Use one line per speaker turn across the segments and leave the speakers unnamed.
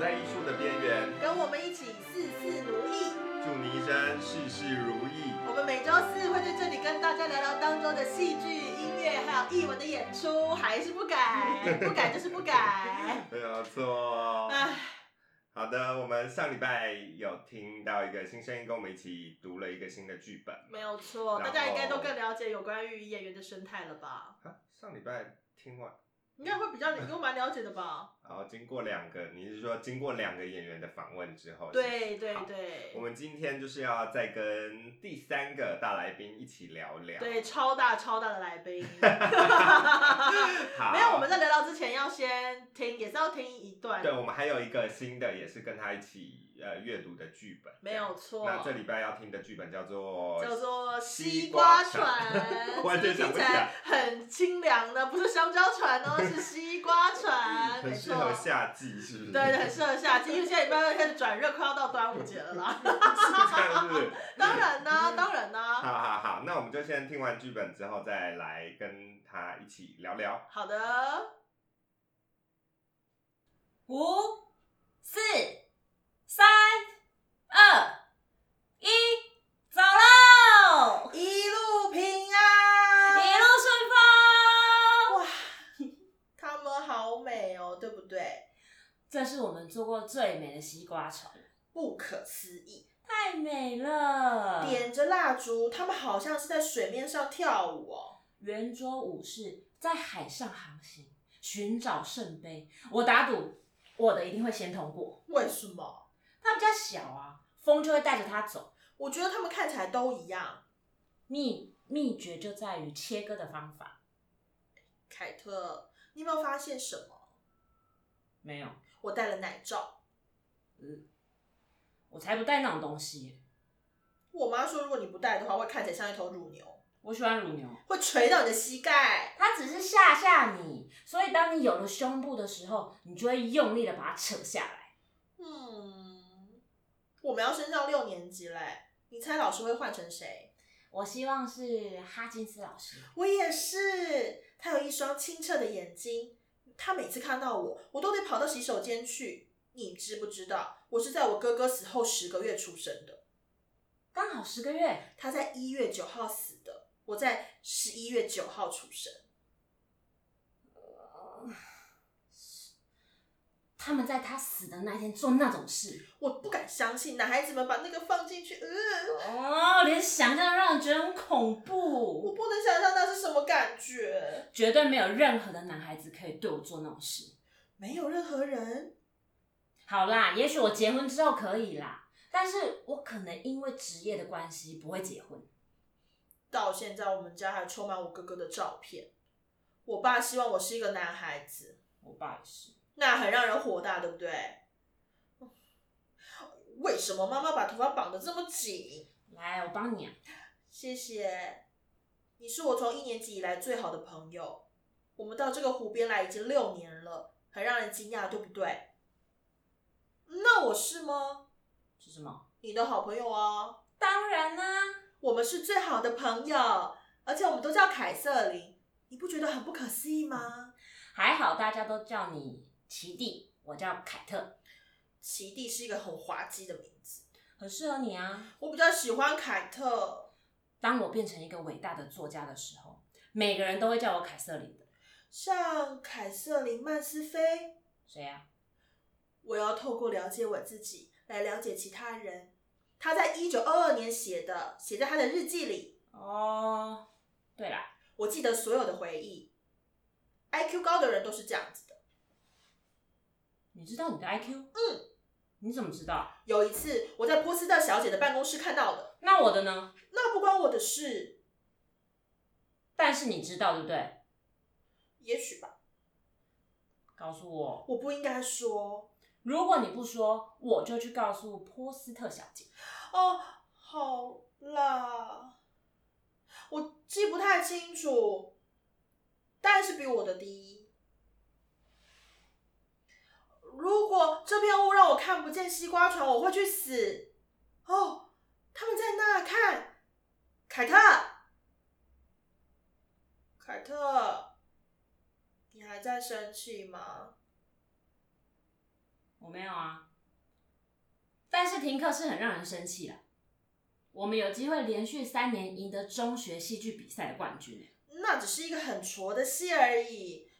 在艺术的边缘，
跟我们一起事事如意。
祝你一生事事如意。
我们每周四会在这里跟大家聊聊当周的戏剧、音乐还有艺文的演出，还是不 改，不改就是不改。
没有错。
唉，
好的，我们上礼拜有听到一个新声音，跟我们一起读了一个新的剧本。
没有错，
然
大家
后
应该都更了解有关于演员的生态了吧？
啊，上礼拜听完，
应该会比 较，你都蛮了解的吧？
然后经过两个，你是说经过两个演员的访问之后？
对对
好
对
我，们今天就是要再跟第三个大来宾一起聊聊。
对，超大超大的来 宾。
好，
没有，我们在聊聊之前要先听，也是要听一段
对，，我们还有一个新的，也是跟他一起呃阅读的剧本。
没有错。
那这礼拜要听的剧本叫做
叫做西
西
瓜
瓜
船
船，
是
完
不是
全
听
想
起
不起来
来很清凉呢？不是香蕉船 哦，是西瓜船，没
很适
错。
合夏季，是 不是？
对，很适合夏季，因为现在已经开始转热，快要到端午节了啦。
是这样子。
当然啦、当然啊
好
啦、
好好，那我们就先听完剧本之后，再来跟他一起聊聊。
好的，
五、四、三、二、一，走喽！
一路平
一
安
路顺风。
哇，他们好美哦，对不对？
这是我们做过最美的西瓜船，
不可思议，
太美了。
点着蜡烛，他们好像是在水面上跳舞哦。
圆桌武士在海上航行，寻找圣杯。我打赌，我的一定会先通过。
为什么？
它比较小啊，风就会带着它走。
我觉得他们看起来都一样。
秘秘诀就在于切割的方法。
凯特，你有没有发现什么？
没有，
我戴了奶罩。
我才不带那种东西。
我妈说，如果你不戴的话，会看起来像一头乳牛，
我喜欢乳牛。
会垂到你的膝盖。
它只是吓吓你，所以当你有了胸部的时候，你就会用力的把它扯下来。
嗯，我们要升上六年级嘞，你猜老师会换成谁？
我希望是哈金斯老师，
我也是。他有一双清澈的眼睛，他每次看到我，我都得跑到洗手间去。你知不知道，我是在我哥哥死后十个月出生的，
刚好十个月，
他在一月九号死的，我在十一月九号出生。
呃他们在他死的那天做那种事，
我不敢相信男孩子们把那个放进去，呃，
哦，连想象都让人觉得很恐
我
怖，
不能想象那是什么感觉。
绝对没有任何的男孩子可以对我做那种事。
没有任何人，
好啦，也许我结婚之后可以啦，但是我可能因为职业的关系不会结婚。
到现在我们家还充满我哥哥的照片。我爸希望我是一个男孩子，
我爸也是，
那很让人火大，对不对？为什么妈妈把头发绑得这么紧？
来，我帮你啊。
谢谢，你是我从一年级以来最好的朋友。我们到这个湖边来已经六年了，很让人惊讶，对不对？那我是吗？
是什么？
你的好朋友啊，
当然啦、
我们是最好的朋友，而且我们都叫凯瑟琳，你不觉得很不可思议吗？
还好大家都叫你奇弟，我叫凯特，
奇蒂是一个很滑稽的名字，
很适合你啊。
我比较喜欢凯特。
当我变成一个伟大的作家的时候，每个人都会叫我凯瑟琳的。
像凯瑟琳·曼斯菲，
谁啊呀、
我要透过了解我自己来了解其他人。他在一九二二年写的，写在他的日记里。
啊？哦，对啦，
我记得所有的回忆。IQ 高的人都是这样子的。
你知道你的 IQ？嗯，你怎么知道？
有一次我在波斯特小姐的办公室看到的，
那我的呢？
那不关我的事，
但是你知道对不对？
也许吧，
告诉我，
我不应该说。
如果你不说，我就去告诉波斯特小姐。
哦，好啦，我记不太清楚，但是比我的低。如果这片雾让我看不见西瓜船，我会去死。哦，他们在那看，凯特，凯特，你还在生气吗？
我没有啊。但是停课是很让人生气啦。我们有机会连续三年赢得中学戏剧比赛的冠军欸、
那只是一个很挫的戏而已。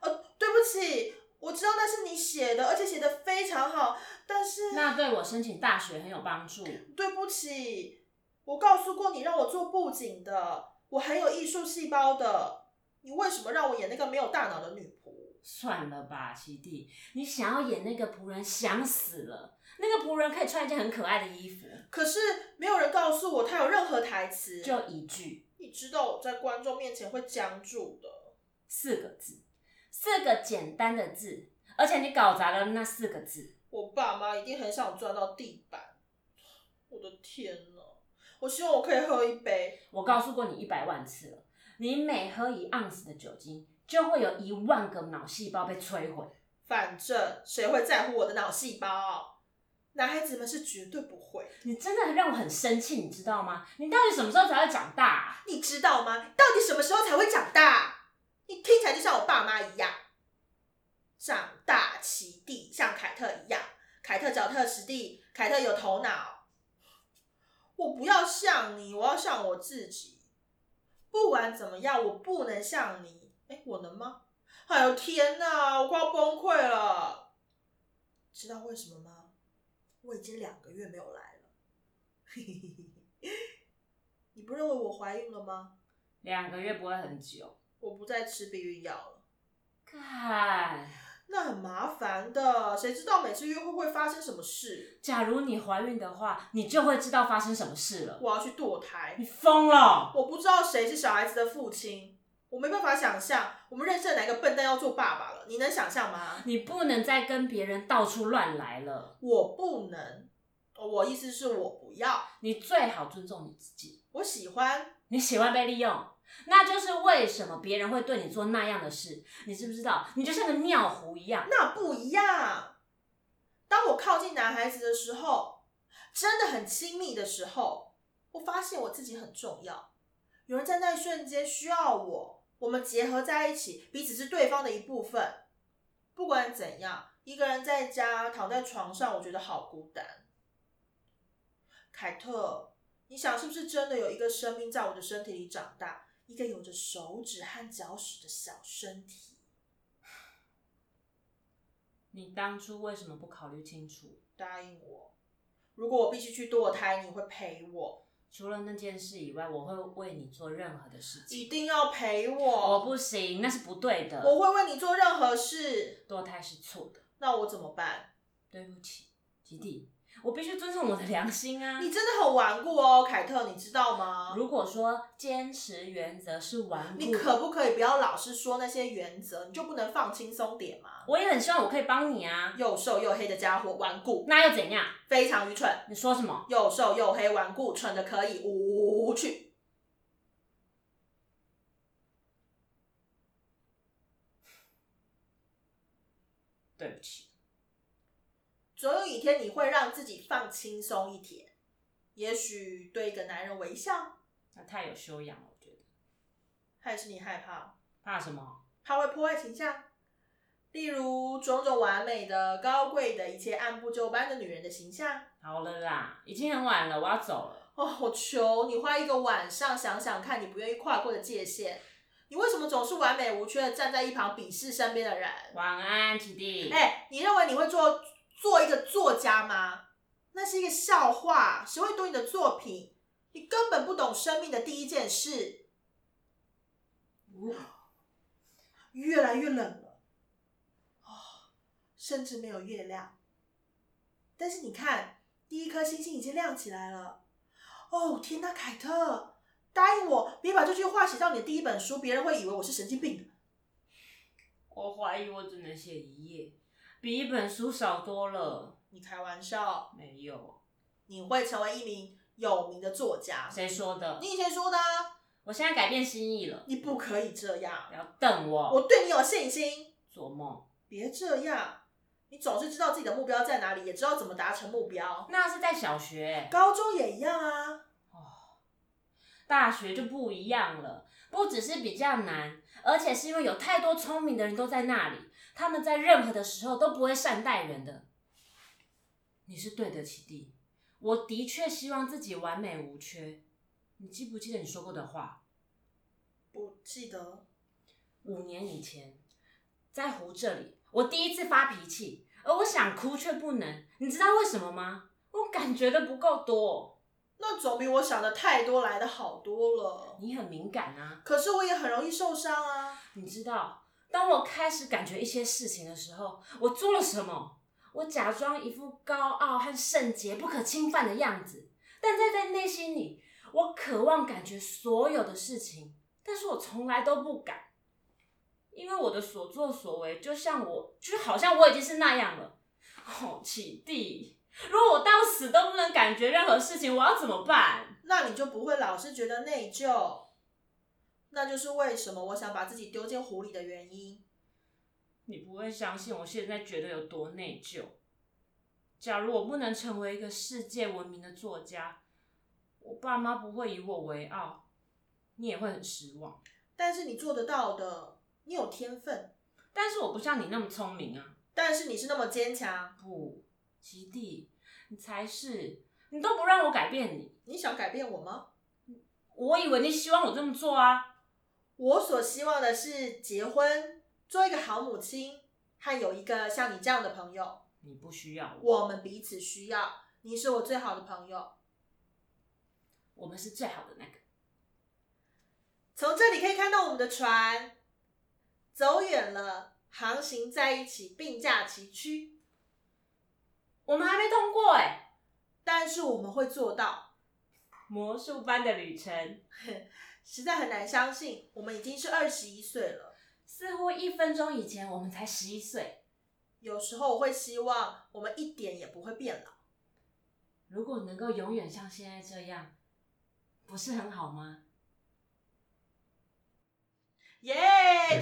呃，对不起，我知道那是你写的，而且写的非常好，但是
那对我申请大学很有帮助。
对不起，我告诉过你让我做布景的，我很有艺术细胞的，你为什么让我演那个没有大脑的女仆？
算了吧，奇弟，你想要演那个仆人，想死了。那个仆人可以穿一件很可爱的衣服，
可是没有人告诉我她有任何台词，
就一句
你知道我在观众面前会僵住的。
四个字，四个简单的字，而且你搞砸了那四个字。
我爸妈一定很想钻到地板。我的天呐，我希望我可以喝一杯。
我告诉过你一百万次了，你每喝一盎司的酒精，就会有一万个脑细胞被摧毁。
反正谁会在乎我的脑细胞？男孩子们是绝对不会。
你真的让我很生气，你知道吗？你到底什么时候才会长大、啊？
你知道吗？到底什么时候才会长大？你听起来就像我爸妈一样，长大奇地，像凯特一样，凯特脚踏实地，凯特有头脑。我不要像你，我要像我自己。不管怎么样，我不能像你。哎，我能吗？哎呦天哪，我快要崩溃了。知道为什么吗？我已经两个月没有来了。 嘿嘿嘿嘿你不认为我怀孕了吗？
两个月不会很久。
我不再吃避孕药了，
看，
那很麻烦的。谁知道每次约会会发生什么事？
假如你怀孕的话，你就会知道发生什么事了。
我要去堕胎
你，疯了！
我不知道谁是小孩子的父亲，我没办法想象我们认识的哪个笨蛋要做爸爸了。你能想象吗？
你不能再跟别人到处乱来了。
我不能，哦我意思是我不要，
你最好尊重你自己。
我喜欢。
你喜欢被利用，那就是为什么别人会对你做那样的事。你知不知道？你就像个尿壶一样。
那不一样。当我靠近男孩子的时候，真的很亲密的时候，我发现我自己很重要。有人在那一瞬间需要我，我们结合在一起，彼此是对方的一部分。不管怎样，一个人在家躺在床上，我觉得好孤单。凯特，你想是不是真的有一个生命在我的身体里长大，一个有着手指和脚趾的小身体？
你当初为什么不考虑清楚？
答应我，如果我必须去堕胎，你会陪我，
除了那件事以外，我会为你做任何的事
一
情。
定要陪我。
我不行，那是不对的。
我会为你做任何事。
堕胎是错的，
那我怎么办？
对不起，吉弟，我必须尊重我的良心啊。
你真的很顽固哦，凯特，你知道吗？
如果说坚持原则是顽固，
你可不可以不要老是说那些原则？你就不能放轻松点吗？
我也很希望我可以帮你啊。
又瘦又黑的家伙，顽固，
那又怎样？
非常愚蠢。
你说什么？
又瘦又黑，顽固，蠢的可以无趣。
对不起，
总有一天你会让自己放轻松一点，也许对一个男人微笑，
那太有修养了，我觉得。
还是你害怕？
怕什么？
它会破坏形象，例如种种完美的、高贵的、一切按部就班的女人的形象。
好了啦，已经很晚了，我要走了。
哦，我求你花一个晚上想想看，你不愿意跨过的界限，你为什么总是完美无缺的站在一旁鄙视身边的人？
晚安，奇弟。
哎、你认为你会做做一个作家吗？那是一个笑话，谁会读你的作品？你根本不懂生命的第一件事。
呜
越来越冷了，哦，甚至没有月亮。但是你看，第一颗星星已经亮起来了。哦，天呐，凯特，答应我，别把这句话写到你的第一本书，别人会以为我是神经病的。
我怀疑我只能写一页，比一本书少多了。
你开玩笑，
没有，
你会成为一名有名的作家。
谁说的？
你以前说的啊，
我现在改变心意了，
你不可以这样
不。要瞪我。
我对你有信心，
做梦，
别这样。你总是知道自己的目标在哪里，也知道怎么达成目标。
那是在小学，
高中也一样啊。
大学就不一样了，不只是比较难，
而且是因为有太多聪明的人都在那里，他们在任何的时候都不会善待人的。你是对得起地，我的确希望自己完美无缺。你记不记得你说过的话？
不记得，
五年以前，在湖这里，我第一次发脾气，而我想哭却不能。你知道为什么吗？我感觉的不够多。
那总比我想的太多来的好多了。
哦你很敏感啊，
可是我也很容易受伤啊。
你知道，当我开始感觉一些事情的时候，我做了什么？我假装一副高傲和圣洁不可侵犯的样子，但在在内心里，我渴望感觉所有的事情，但是我从来都不敢，因为我的所作所为，就像我，就好像我已经是那样了。好起地，如果我到死都不能感觉任何事情，我要怎么办？
那你就不会老是觉得内疚，那就是为什么我想把自己丢进湖里的原因。
你不会相信我现在觉得有多内疚。假如我不能成为一个世界闻名的作家，我爸妈不会以我为傲，你也会很失望。
但是你做得到的，你有天分，
但是我不像你那么聪明啊！
但是你是那么坚强，
不，吉地，你才是，你都不让我改变你。
你想改变我吗？
我以为你希望我这么做啊！
我所希望的是结婚，做一个好母亲，和有一个像你这样的朋友。
你不需要我，
我们彼此需要，你是我最好的朋友。
我们是最好的那个。
从这里可以看到我们的船，走远了，航行在一起，并驾齐驱。
我们还没通过哎、
但是我们会做到，
魔术般的旅程，
实在很难相信，我们已经是二十一岁了。
似乎一分钟以前我们才十一岁。
有时候我会希望我们一点也不会变老。
如果能够永远像现在这样，不是很好吗？
耶、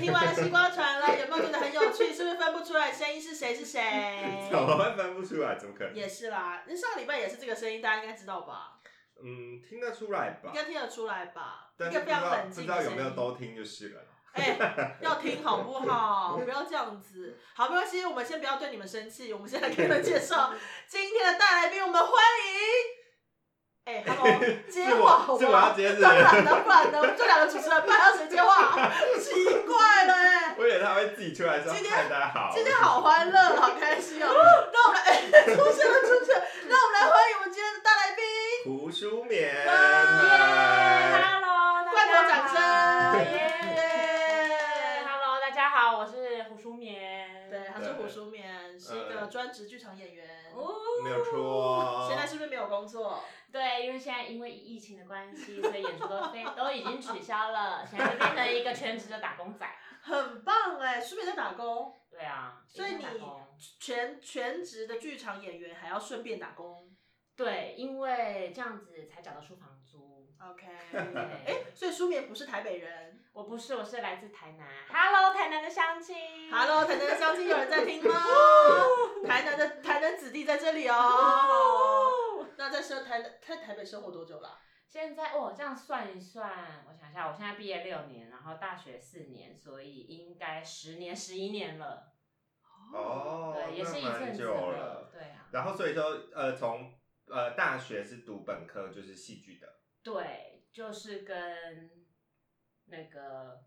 听完了星光船了，有没有觉得很有趣？是不是分不出来声音是谁是谁
怎？么会分不出来？怎么可能？
嗯也是啦，那上礼拜也是这个声音，大家应该知道吧？
嗯，听得出来吧
应？该听得出来吧？一
但是
个
不
非
知
常
道
冷
不
静的
知道
声
有没有
音。
都听就是了。
哎、要听好不好？不要这样子。好，没关系，我们先不要对你们生气。我们现在给你们介 绍今天的大来宾，我们欢迎。哎、哈 h e l l o 接
是
话好
我
不
是我要
好？
接是不
当然
是？
的，不然的，我们就两个主持人，不然要谁接 话？奇怪了、哎
我以为他会自己出来说
今天
嗨，大家好。
今天好欢乐，好开心哦！那我们 来、哎出现了，出现了，那我们来欢迎我们今天的大来宾，
胡舒眠。嗨
，Hello，
罐头掌声！
耶
耶
！Hello，大家好，我是胡淑棉。
对，他是胡淑棉，是一个专职剧场演员。
哦，
没有错。
现在是不是没有工作？
对，因为现在因为疫情的关系，所以演出都非都已经取 消了，现在就变成一个全职的打工仔。
很棒哎，淑美在打工，
对啊，
所以
一直打
你
工
全全职的剧场演员还要顺便打工。
对，因为这样子才找得出房租。
OK，
对
哎、所以舒眠不是台北人。
我不是，我是来自台南。Hello，台南的乡亲。
Hello，台南的乡亲有人在听吗？台南的台南子弟在这里哦。
哦。
那在生台在台北生活多久了、
现在哦，这样算一算，我想一下，我现在毕业六年，然后大学四年，所以应该十年、十一年了。
哦，
对，也是一
那蛮
阵子
久了。
对啊。
然后所以说，呃，从呃大学是读本科，就是戏剧的，
对，就是跟那个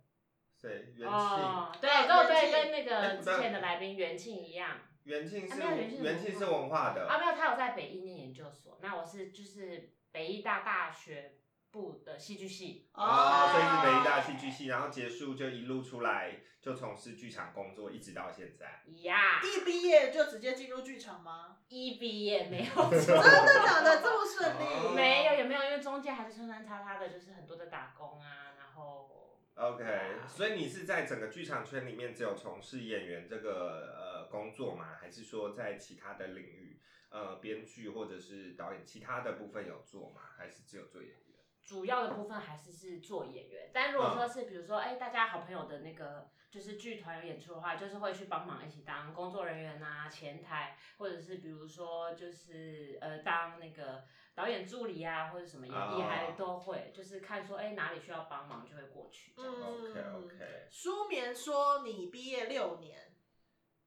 所以元庆。
哦，对
啊
跟对
元庆
跟
哎
那个
不
之
对
前的来宾元庆一样
元庆是
啊没有元庆是
元庆是文化
啊，
的，
没有，他有在北医念研究所，那我是就是北医大大学部的戏剧系，
啊，
哦
所以是北艺大戏剧系，然后结束就一路出来，就从事剧场工作，一直到现在。
呀，
一毕业就直接进入剧场吗？
一毕业没有，
哦
真的假的这么顺利？
没有也没有，因为中间还是穿穿插插的，就是很多的打工啊，然后
OK，
对啊
所以你是在整个剧场圈里面只有从事演员这个呃工作吗？还是说在其他的领域，呃，编剧或者是导演其他的部分有做吗？还是只有做演员？
主要的部分还是是做演员，但如果说是比如说，哎、大家好朋友的那个就是剧团有演出的话，就是会去帮忙一起当工作人员啊、前台，或者是比如说就是呃当那个导演助理啊，或者什么也、
啊
也还都会，就是看说哎、哪里需要帮忙就会过去这样
啊
子。
嗯
OK OK，
书眠说你毕业六年，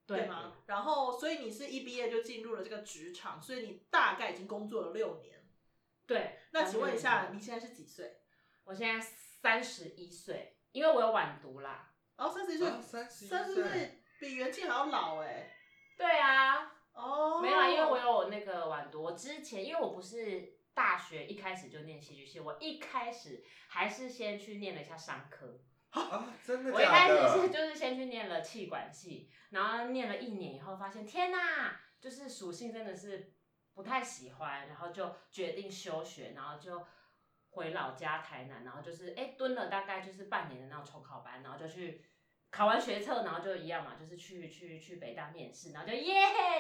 对
吗？然后，所以你是一毕业就进入了这个职场，所以你大概已经工作了六年。
对，
那请问一下，
嗯
你现在是几岁？
我现在三十一岁，因为我有晚读啦。
然哦后三十一岁，
三十
嗯三十岁比袁静还要老哎、
对啊，
哦，
没有啊，因为我有那个晚读，我之前因为我不是大学一开始就念戏剧系，我一开始还是先去念了一下商科。
啊，真的
我一开
假
始
的？
是就是先去念了气管系，然后念了一年以后发现，天哪，就是属性真的是不太喜欢，然后就决定休学，然后就回老家台南，然后就是哎、蹲了大概就是半年的那种重考班，然后就去。考完学测，然后就一样嘛，就是去去去北大面试，然后就耶，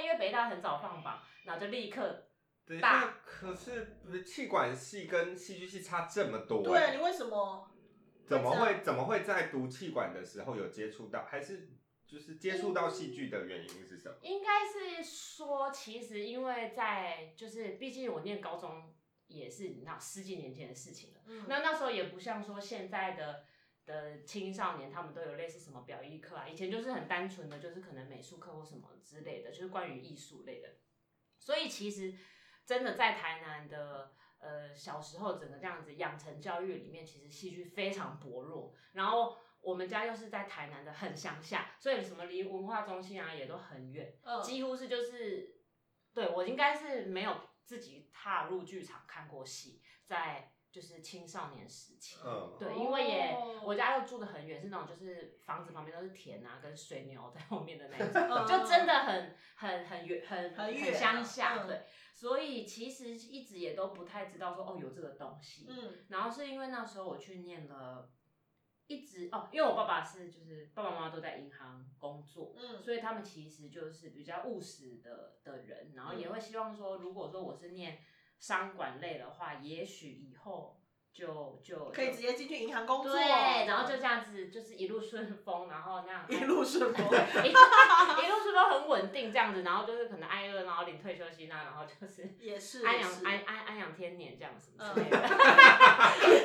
因为北大很早放榜，然后就立刻
等一
大
下，可是气管系跟戏剧系差这么多、欸，
对你为什么？
怎么
会这
会怎么会在读气管的时候有接触到，还是就是接触到戏剧的原因是什么？
应该是说，其实因为在就是，毕竟我念高中也是你知道十几年前的事情了。
嗯
那那时候也不像说现在的的青少年，他们都有类似什么表艺课啊，以前就是很单纯的，就是可能美术课或什么之类的，就是关于艺术类的。所以其实真的在台南的呃小时候整个这样子养成教育里面，其实戏剧非常薄弱。然后我们家又是在台南的很乡下，所以什么离文化中心啊也都很远。
嗯
几乎是就是，对我应该是没有自己踏入剧场看过戏，在就是青少年时期。
嗯，
对，因为也
哦
我家又住的很远，是那种就是房子旁边都是田啊，跟水牛在后面的那一 种，
嗯
就真的很很很远很
很远啊
乡下，
嗯
对，所以其实一直也都不太知道说哦有这个东西，
嗯
然后是因为那时候我去念了，一直哦，因为我爸爸是就是爸爸妈妈都在银行工作，
嗯
所以他们其实就是比较务实的的人，然后也会希望说，如果说我是念商管类的话，也许以后就就
可以直接进去银行工作，
对，然后就这样子，就是一路顺风，然后那样
一路顺风
一路一路顺风很稳定这样子，然后就是可能挨饿，然后领退休金啊，然后就是
也是
安
也
养
是
安安安养天年这样什么
嗯
之类的。嗯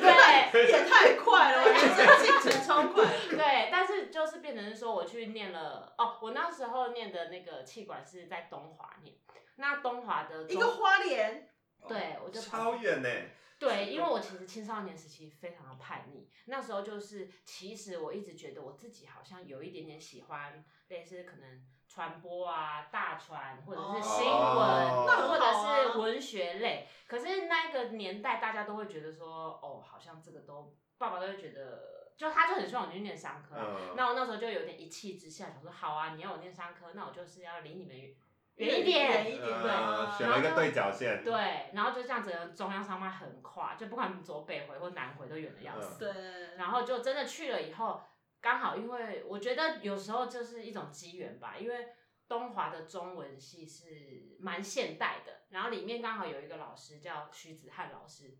对，也太快了，我人生进程超 快。
对，但是就是变成是说，我去念了哦，我那时候念的那个气管是在东华念，那东华的
一
中
个花莲，
对 我就跑
超远呢、欸
对，因为我其实青少年时期非常的叛逆，那时候就是其实我一直觉得我自己好像有一点点喜欢类似可能传播啊、大传或者是新闻、
哦那
或
很好啊
者是文学类，可是那个年代大家都会觉得说，哦，好像这个都爸爸都会觉得，就他就很希望我去念商科啊、
嗯，
那我那时候就有点一气之下，想说好啊，你要我念商科，那我就是要离你们远远一
远
点啊
一，点
呃
吧。
选了一个对角线，
对，然后就这样子，中央山脉很跨，就不管你左北回或南回都远的要死。
对，
然后就真的去了以后，刚好因为我觉得有时候就是一种机缘吧，因为东华的中文系是蛮现代的，然后里面刚好有一个老师叫徐子翰老师，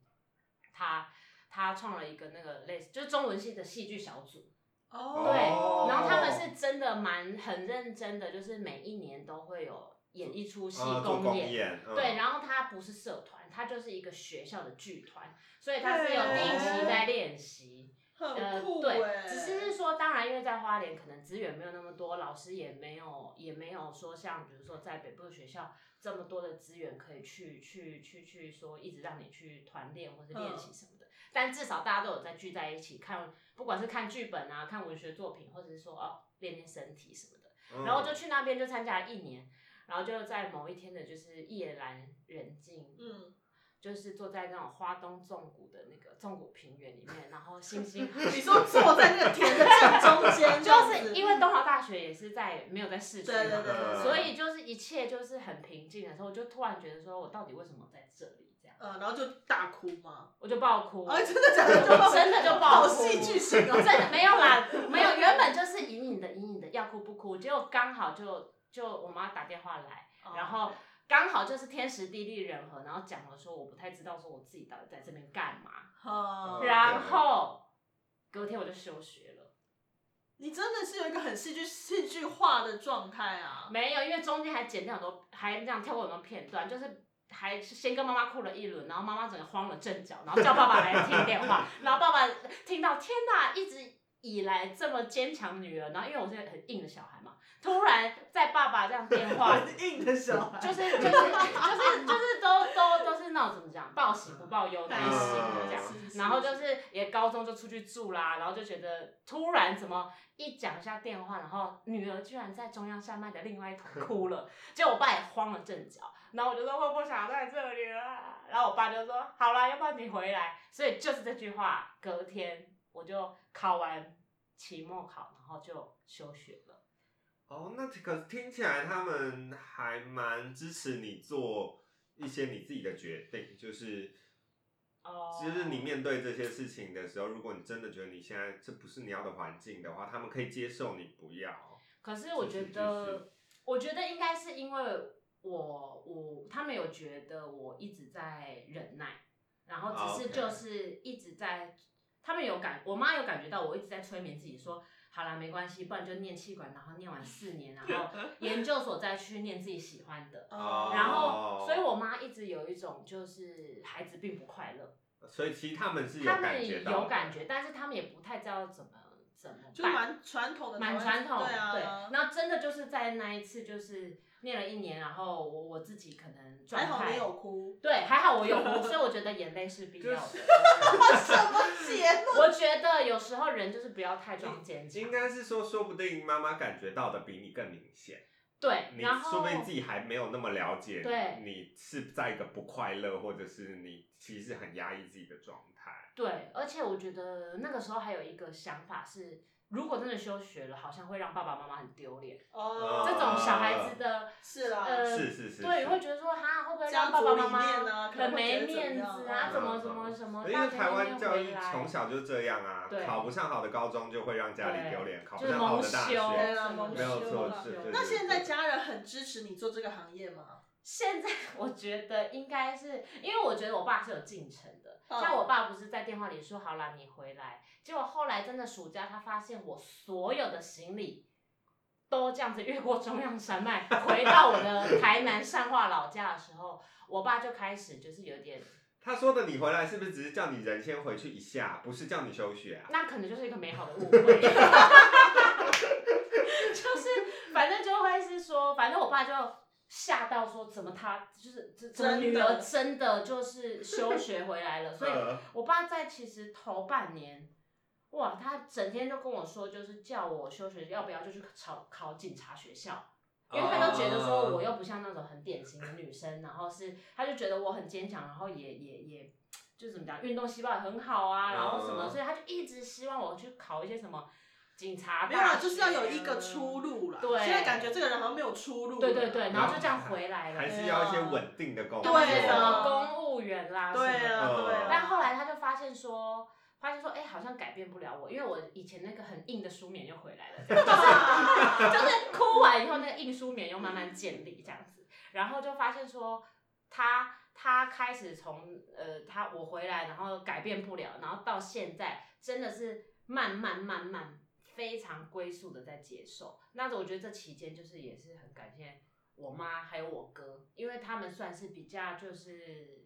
他他创了一个那个类似就是中文系的戏剧小组，
哦，
然后他们是真的蛮很认真的，就是每一年都会有演一出戏
嗯做公
演。
演，嗯
对，，然后它不是社团，它就是一个学校的剧团，所以它是有定期在练习。
很
呃，
酷
对，
哎，
只是是说，当然因为在花莲可能资源没有那么多，老师也没有也没有说像比如说在北部的学校这么多的资源可以去去去去说一直让你去团练或是练
嗯
习什么的。但至少大家都有在聚在一起看，不管是看剧本啊、看文学作品，或者是说哦练练身体什么的。
嗯
然后就去那边就参加了一年，然后就在某一天的就是夜阑人静，
嗯，
就是坐在那种花东纵谷的那个纵谷平原里面，然后星 星
你说坐在那个田的正中间，这
就
样
是
子
因为东华大学也是在没有在市区
对对
嘛，
对对，
所以就是一切就是很平静的时候，我就突然觉得说我到底为什么在这里这样，
呃，然后就大哭嘛，
我就爆哭。
哎，真的假的？
我哦真的就爆
好
哭，
戏剧性哦，
真的没有啦，没有，原本就是
哦
隐隐的、隐隐的要哭不哭，结果刚好就就我妈打电话来，然后刚好就是天时地利人和，然后讲了说我不太知道说我自己到底在这边干嘛，
哦
嗯
然后隔天我就休学了。
你真的是有一个很戏剧戏剧化的状态啊！
没有，因为中间还剪掉很多，还这样跳过很多片段，就是还是先跟妈妈哭了一轮，然后妈妈整个慌了阵脚，然后叫爸爸来听电话， 然后爸爸听到天哪，一直以来这么坚强女儿，然后因为我是很硬的小孩嘛，突然在爸爸这样电话。
嗯
很硬的小孩，
就是就是就是就是都都都是那种怎么讲，报喜不报忧的
嗯
心这样。
是是
然后就是也高中就出去住啦，然后就觉得突然怎么一讲一下电话，然后女儿居然在中央山脉的另外 一头哭了，结果我爸也慌了阵脚，然后我就说我不想在这里啦，然后我爸就说好啦，要不然你回来，所以就是这句话，隔天我就考完期末考，然后就休学了。
哦，那可是听起来他们还蛮支持你做一些你自己的决定，就是
哦
就是你面对这些事情的时候，如果你真的觉得你现在这不是你要的环境的话，他们可以接受你不要。
可是我觉
是是
得
是，
我觉得应该是因为我我他们有觉得我一直在忍耐，然后只是
哦 OK
就是一直在，他们有感，我妈有感觉到我一直在催眠自己说，好啦，没关系，不然就念气管，然后念完四年， 然 后研究所再去念自己喜欢的。
哦
呃然后，所以我妈一直有一种就是孩子并不快乐，
所以其实他们是有
他
感
们
觉到的，
有感觉，但是他们也不太知道怎么怎么办，
就蛮传统的台
蛮
湾，
传统的，
对啊，
那真的就是在那一次，就是念了一年，然后我我自己可能状
还好
态，
没有哭
对，还好我有哭，所以我觉得眼泪是必要的。
什么 节目？
我觉得有时候人就是不要太装坚强，
应该是说，说不定妈妈感觉到的比你更明显，
对，
你
然
说
后
不定自己还没有那么了解，
对
你是在一个不快乐，或者是你其实很压抑自己的状态。
对，而且我觉得那个时候还有一个想法是，如果真的休学了，好像会让爸爸妈妈很丢脸。
哦，
这种小孩子的
是啦，
呃
是啊是是，
对，
是
会觉得说哈，会不会
家
让爸
族
爸
理
妈
念啊
妈
可能会觉
很没
得怎么
面
样
子啊？
嗯
怎么怎么什么？
因
大
为
家
台
没有
湾教
回
育
来
从小就这样啊
对，
考不上好的高中就会让家里丢脸，考不
就是
上好
蒙
的大
羞
对
学。
啦
什么
蒙
的
羞没有错
蒙
是
羞
对
那现在家人很支持你做这个行业吗？
现在 我觉得应该是，因为我觉得我爸是有进程的。
嗯
像我爸不是在电话里说好啦，你回来，结果后来真的暑假，他发现我所有的行李都这样子越过中央山脉，回到我的台南善化老家的时候，我爸就开始就是有点，
他说的你回来是不是只是叫你人先回去一下，不是叫你休学啊？
那可能就是一个美好的误会。 就是反正就会是说，反正我爸就吓到说，怎么他就是怎怎么
真的
女儿真的就是休学回来了，所以
呃
我爸在其实头半年，哇，他整天都跟我说，就是叫我休学，要不要就去考考警察学校，因为他就觉得说
哦
我又不像那种很典型的女生，然后是他就觉得我很坚强，然后也也也就怎么讲，运动细胞也很好啊，然后什么，
嗯
所以他就一直希望我去考一些什么警察
没有啦，
啊大学
就是要有一个出。路啦。
对
现在感觉这个人好像没有出路。
对对对，然后就这样回来了
嗯还。是要一些稳定的工作。
对
什么
啊
公务员啦，
对
什么的
啊，对啊。
但后来他就发现说，发现说，哎、好像改变不了我，因为我以前那个很硬的书眠又回来了，这样 就是就是哭完以后那个硬书眠又慢慢建立这样子，然后就发现说他。他开始从呃，他我回来，然后改变不了，然后到现在真的是慢慢慢慢非常龟速的在接受。那我觉得这期间就是也是很感谢我妈还有我哥，因为他们算是比较就是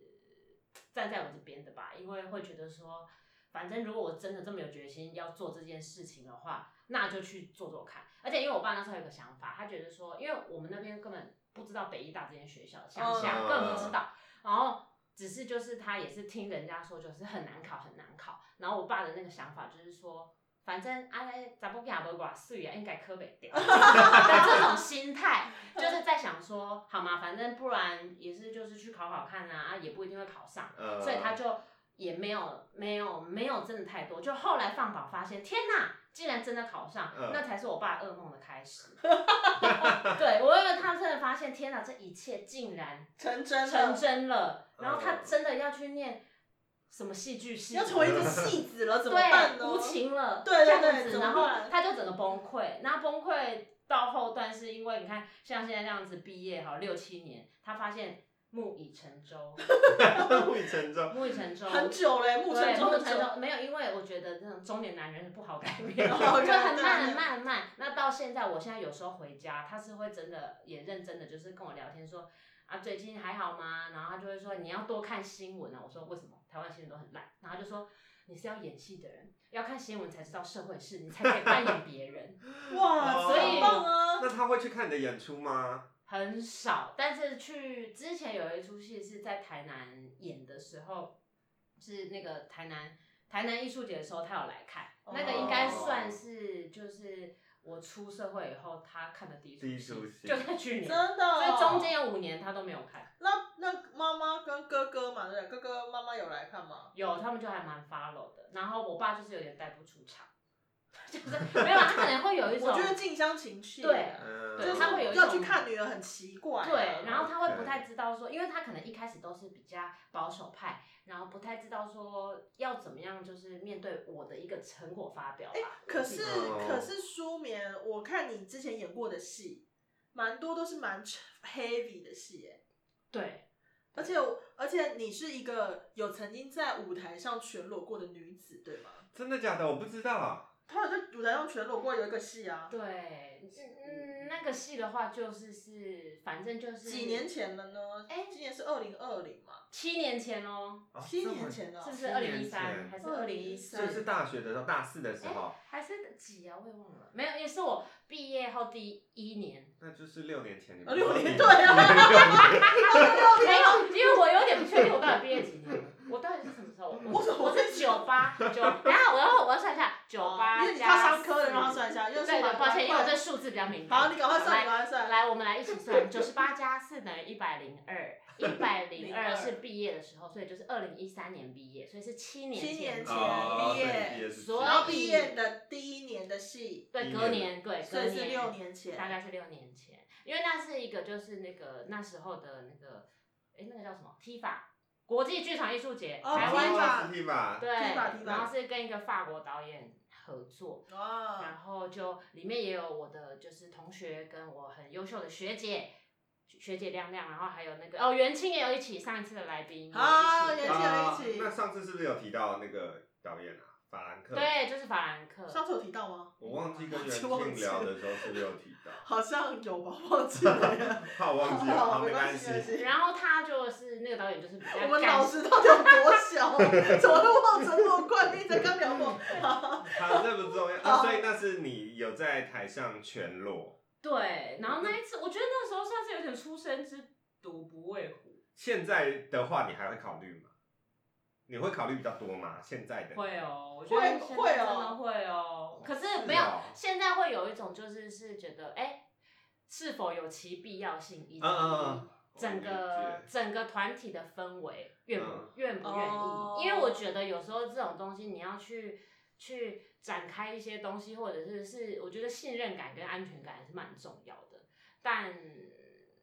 站在我这边的吧，因为会觉得说，反正如果我真的这么有决心要做这件事情的话，那就去做做看。而且因为我爸那时候有个想法，他觉得说，因为我们那边根本不知道北医大这间学校，乡下
嗯
根本不知道，然后。只是就是他也是听人家说，就是很难考很难考。然后我爸的那个想法就是说，反正啊，咱不亚不寡岁啊，应该科北掉。 但这种心态，就是在想说，好嘛，反正不然也是就是去考考看啊，啊也不一定会考上。
呃
所以他就也没有没有没有真的太多。就后来放榜发现，天哪，竟然真的考上，
嗯
那才是我爸噩梦的开始。 对我因为他真的发现，天哪，这一切竟然
成真
成
了，
真了。然后他
嗯
真的要去念什么戏剧系，
要成为一个戏子了，怎么办
对
呢？
无情了，
对对对
这样子
怎么
然后
办
他就整个崩溃，那崩溃到后段是因为你看，像现在这样子毕业好六七年，他发现木已成舟，
木已成舟，
木已成舟，
很久嘞，木村
对，
中
木
的
成
久，
舟没有，因为我觉得那种中年男人不好改变，就
哦
很
对
慢很
对
慢很慢。那到现在，我现在有时候回家，他是会真的也认真的，就是跟我聊天说啊，最近还好吗？然后他就会说你要多看新闻啊。我说为什么？台湾新闻都很烂。然后他就说你是要演戏的人，要看新闻才知道社会事，你才可以扮演别人。
哇，
哦
所以棒啊！
那他会去看你的演出吗？
很少，但是去之前有一出戏是在台南演的时候，是那个台南台南艺术节的时候，他有来看，
哦
那个应该算是就是我出社会以后他看的第一出
第一出戏
就 在去年，
真的哦、
所以中间有五年他都没有看，
那那妈妈跟哥哥嘛，对不对，哥哥妈妈有来看吗？
有他们就还蛮 follow 的，然后我爸就是有点带不出场， 就是没有啦，啊他可能会有一种
我觉得近乡情怯，
对
嗯，
对
就是
他会有一
要
种
去看女儿很奇怪啊、
对，然后他会不
OK
太知道说，因为他可能一开始都是比较保守派，然后不太知道说要怎么样，就是面对我的一个成果发表吧。
可是
哦
可是舒眠，我看你之前演过的戏，蛮多都是蛮 heavy 的戏耶，
对，
而且而且你是一个有曾经在舞台上全裸过的女子，对吗？
真的假的？我不知道。
她有在舞台上全裸过，有一个戏啊，
对，嗯，那个戏的话就是是，反正就是
几年前了呢？
哎
今年是二零二零嘛，
七年前哦，
啊
七
这么
年前了
是不
七
是二
年
零一三
前
还是二零一
这
四？
是大学的时候，大四的时候，
还是几啊？我也忘了，没有，也是我毕业后第一年。
那就是六年前。你
啊 六年
你
对啊
没有，因为我有点不确定我到底毕业几年了。我到底是什么时候？我是我是九八九，等一下我要我要算一下，九八
因为你他商科的，让他算一下，因为
对
蛮
对，抱歉，因为我
蛮
对数字比较敏感。
好，你赶快算，你
来
赶快算。
来，我们来一起算，九十八加四等于一百零二，一百零二
02
是毕业的时候，所以就是二零一三年毕业，所以是七年
七年前
哦
毕业
所以毕业是
所
七
然后
年
毕业的第一年的戏，
对，隔年对，
所
隔
以是
年
六年前，
大概是六年前，因为那是一个就是那个那时候的那个，哎，那个叫什么 T 法国际剧场艺术节，
哦
台湾
TIFA
哦是 TIFA
对
TIFA，TIFA
然后是跟一个法国导演合作，
哇，
然后就里面也有我的就是同学跟我很优秀的学姐。学姐亮亮，然后还有那个哦，袁青也有一起，上一次的来宾也有一起
啊袁青
啊
一起
那上次是不是有提到那个导演啊，法兰克？，
对，就是法兰克，
上次有提到吗？
我忘记跟 袁
忘记
静聊的时候是不是有提到？
好像有吧，忘记了。
怕我忘记 了，
好
好没
关
关
系，没关
系。
系。
然后他就是那个导演，就是比较
我们
感
老师到底有多小？怎么会忘成我冠军在刚聊过？ 好
好，这不重要啊。所以那是你有在台上全裸，
对，然后那一次，我觉得那时候算是有点出生之犊不畏虎，
现在的话你还会考虑吗？你会考虑比较多吗？现在的
会哦，我觉得
会
现在
会
真
哦
的会哦。可是
是
没有
哦，
现在会有一种就是是觉得，哎，是否有其必要性，以
嗯
及
嗯嗯
整
我理
个
解
整个团体的氛围愿不
嗯
愿不愿
哦
意？因为我觉得有时候这种东西你要去去展开一些东西，或者是是我觉得信任感跟安全感还是蛮重要的，但。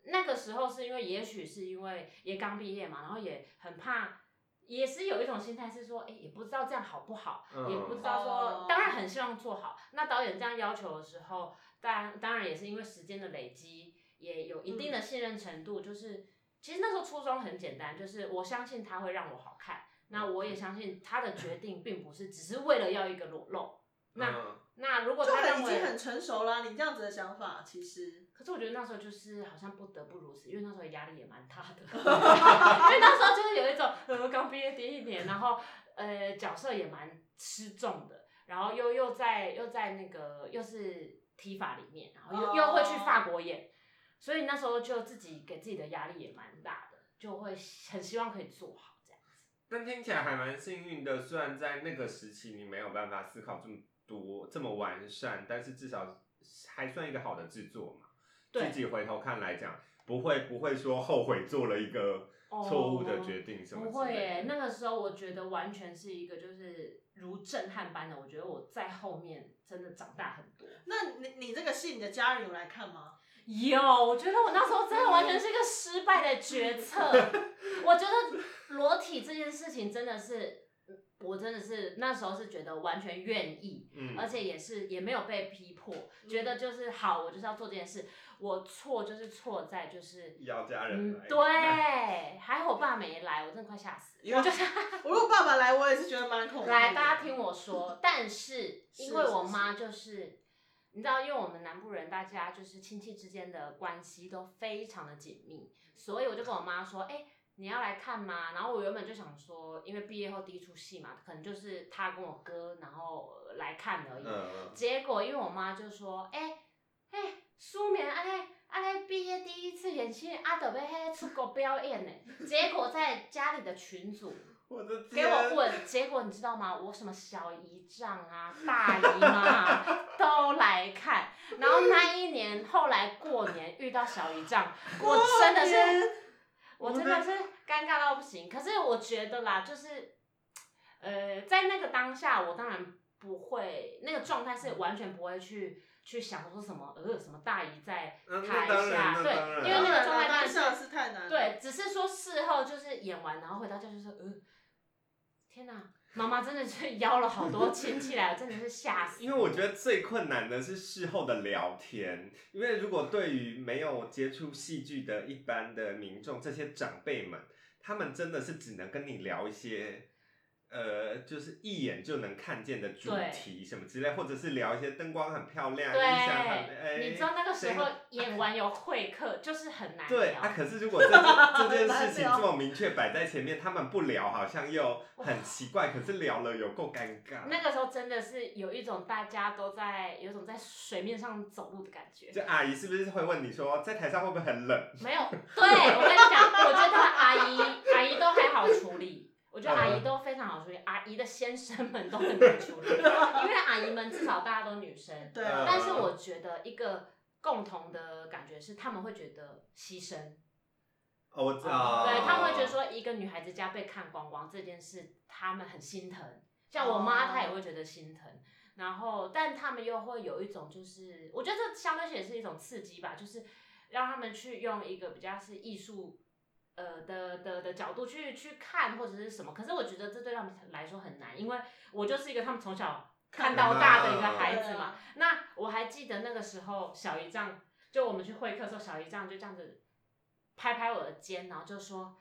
那个时候是因为，也许是因为也刚毕业嘛，然后也很怕，也是有一种心态是说，哎、也不知道这样好不好，
嗯
也不知道
哦
说，当然很希望做好。那导演这样要求的时候，当当然也是因为时间的累积，也有一
嗯
定的信任程度。就是其实那时候初衷很简单，就是我相信他会让我好看，那我也相信他的决定并不是只是为了要一个裸露。那、
嗯
那如果
就
他
很
认
已
为
经很成熟啦，你这样子的想法其实。
可是我觉得那时候就是好像不得不如此，因为那时候压力也蛮大的， 因为那时候就是有一种呃刚毕业第一年，然后呃角色也蛮吃重的，然后又又在又在那个又是踢法里面，然后又、
哦
又会去法国演，所以那时候就自己给自己的压力也蛮大的，就会很希望可以做好这样。
但听起来还蛮幸运的，虽然在那个时期你没有办法思考这么多、这么完善，但是至少还算一个好的制作嘛。
对
自己回头看来讲，不会不会说后悔做了一个错误的决定什么
哦不
之
会
类的。
耶，那个时候我觉得完全是一个就是如震撼般的，我觉得我在后面真的长大很多。
那你你这个戏，你的家人有来看吗？
有，我觉得我那时候真的完全是一个失 败的决策。我觉得裸体这件事情真的是我真的是那时候是觉得完全愿意，
嗯，
而且也是也没有被逼迫，
嗯
觉得就是好，我就是要做这件事，我错就是错在就是。
要家人
嗯
来，，
对，还好我爸没来，我真的快吓死了。我就是
我如果爸爸来，我也是觉得蛮恐怖的。
来，大家听我说，但是
是
因为我妈就是。你知道，因为我们南部人，大家就是亲戚之间的关系都非常的紧密，所以我就跟我妈说：“哎、你要来看吗？”然后我原本就想说，因为毕业后第一出戏嘛，可能就是她跟我哥，然后呃来看而已。
嗯，
结果因为我妈就说：“哎、哎、苏眠啊安尼安尼毕业第一次演戏，啊，得要嘿出国表演呢。”结果在家里的群组，
我的
给
天，
我问，结果你知道吗？我什么小姨丈啊、大姨妈啊都来看，然后那一年后来过年遇到小姨丈，我真的是，我真的是尴尬到不行。可是我觉得啦，就是，呃，在那个当下，我当然不会，那个状态是完全不会去去想说什么呃什么大姨在
嗯
台
那当然
下，
那
对
当然，
因为那个
然
状
啦
态当
当
然是
下是太
嗯
难了。
对，只是说事后就是演完，然后回到家就说，呃，天哪、妈妈真的是邀了好多亲戚来，真的是吓死。
因为我觉得最困难的是事后的聊天，因为如果对于没有接触戏剧的一般的民众，这些长辈们，他们真的是只能跟你聊一些，呃，就是一眼就能看见的主
对
题什么之类，或者是聊一些灯光很漂亮，
对
音响很，哎、
你知道那个时
谁
候
很
演完有会客，就是很难
对
聊。
啊，可是如果这件这 件
难
事情
聊
这么明确摆在前面，他们不聊好像又很奇怪，可是聊了有够尴尬。
那个时候真的是有一种大家都在有种在水面上走路的感觉，
就阿姨是不是会问你说，在台上会不会很冷？
没有。对我跟你讲，我觉得阿姨阿姨都还好处理，我觉得阿
嗯
姨都非常好处理，阿姨的先生们都很难处理，因为阿姨们至少大家都女生，
对
呃
啊，
但是我觉得一个共同的感觉是，他们会觉得牺牲，
哦，我知道，
对他们会觉得，说，一个女孩子家被看光光这件事，他们很心疼。像我妈，
哦
她也会觉得心疼。然后，但他们又会有一种，就是我觉得这相对性也是一种刺激吧，就是让他们去用一个比较是艺术。呃的的的角度去去看或者是什么，可是我觉得这对他们来说很难，因为我就是一个他们从小看到大的一个孩
啊
子嘛，那我还记得那个时候，小姨丈就我们去会客的时候，小姨丈就这样子拍拍我的肩，然后就说：“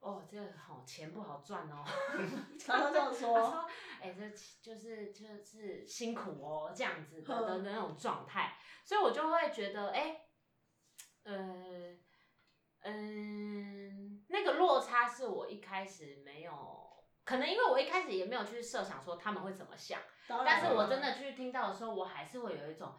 哦，这个好钱不好 赚哦。
常常这样
他
说，
说：“哎、这就是就是辛苦哦，这样子的
嗯
的的那种状态。”所以我就会觉得，哎、呃，嗯、那个落差是我一开始没有。可能因为我一开始也没有去设想说他们会怎么想，
当然
但是我
啦
真的去听到的时候，我还是会有一种，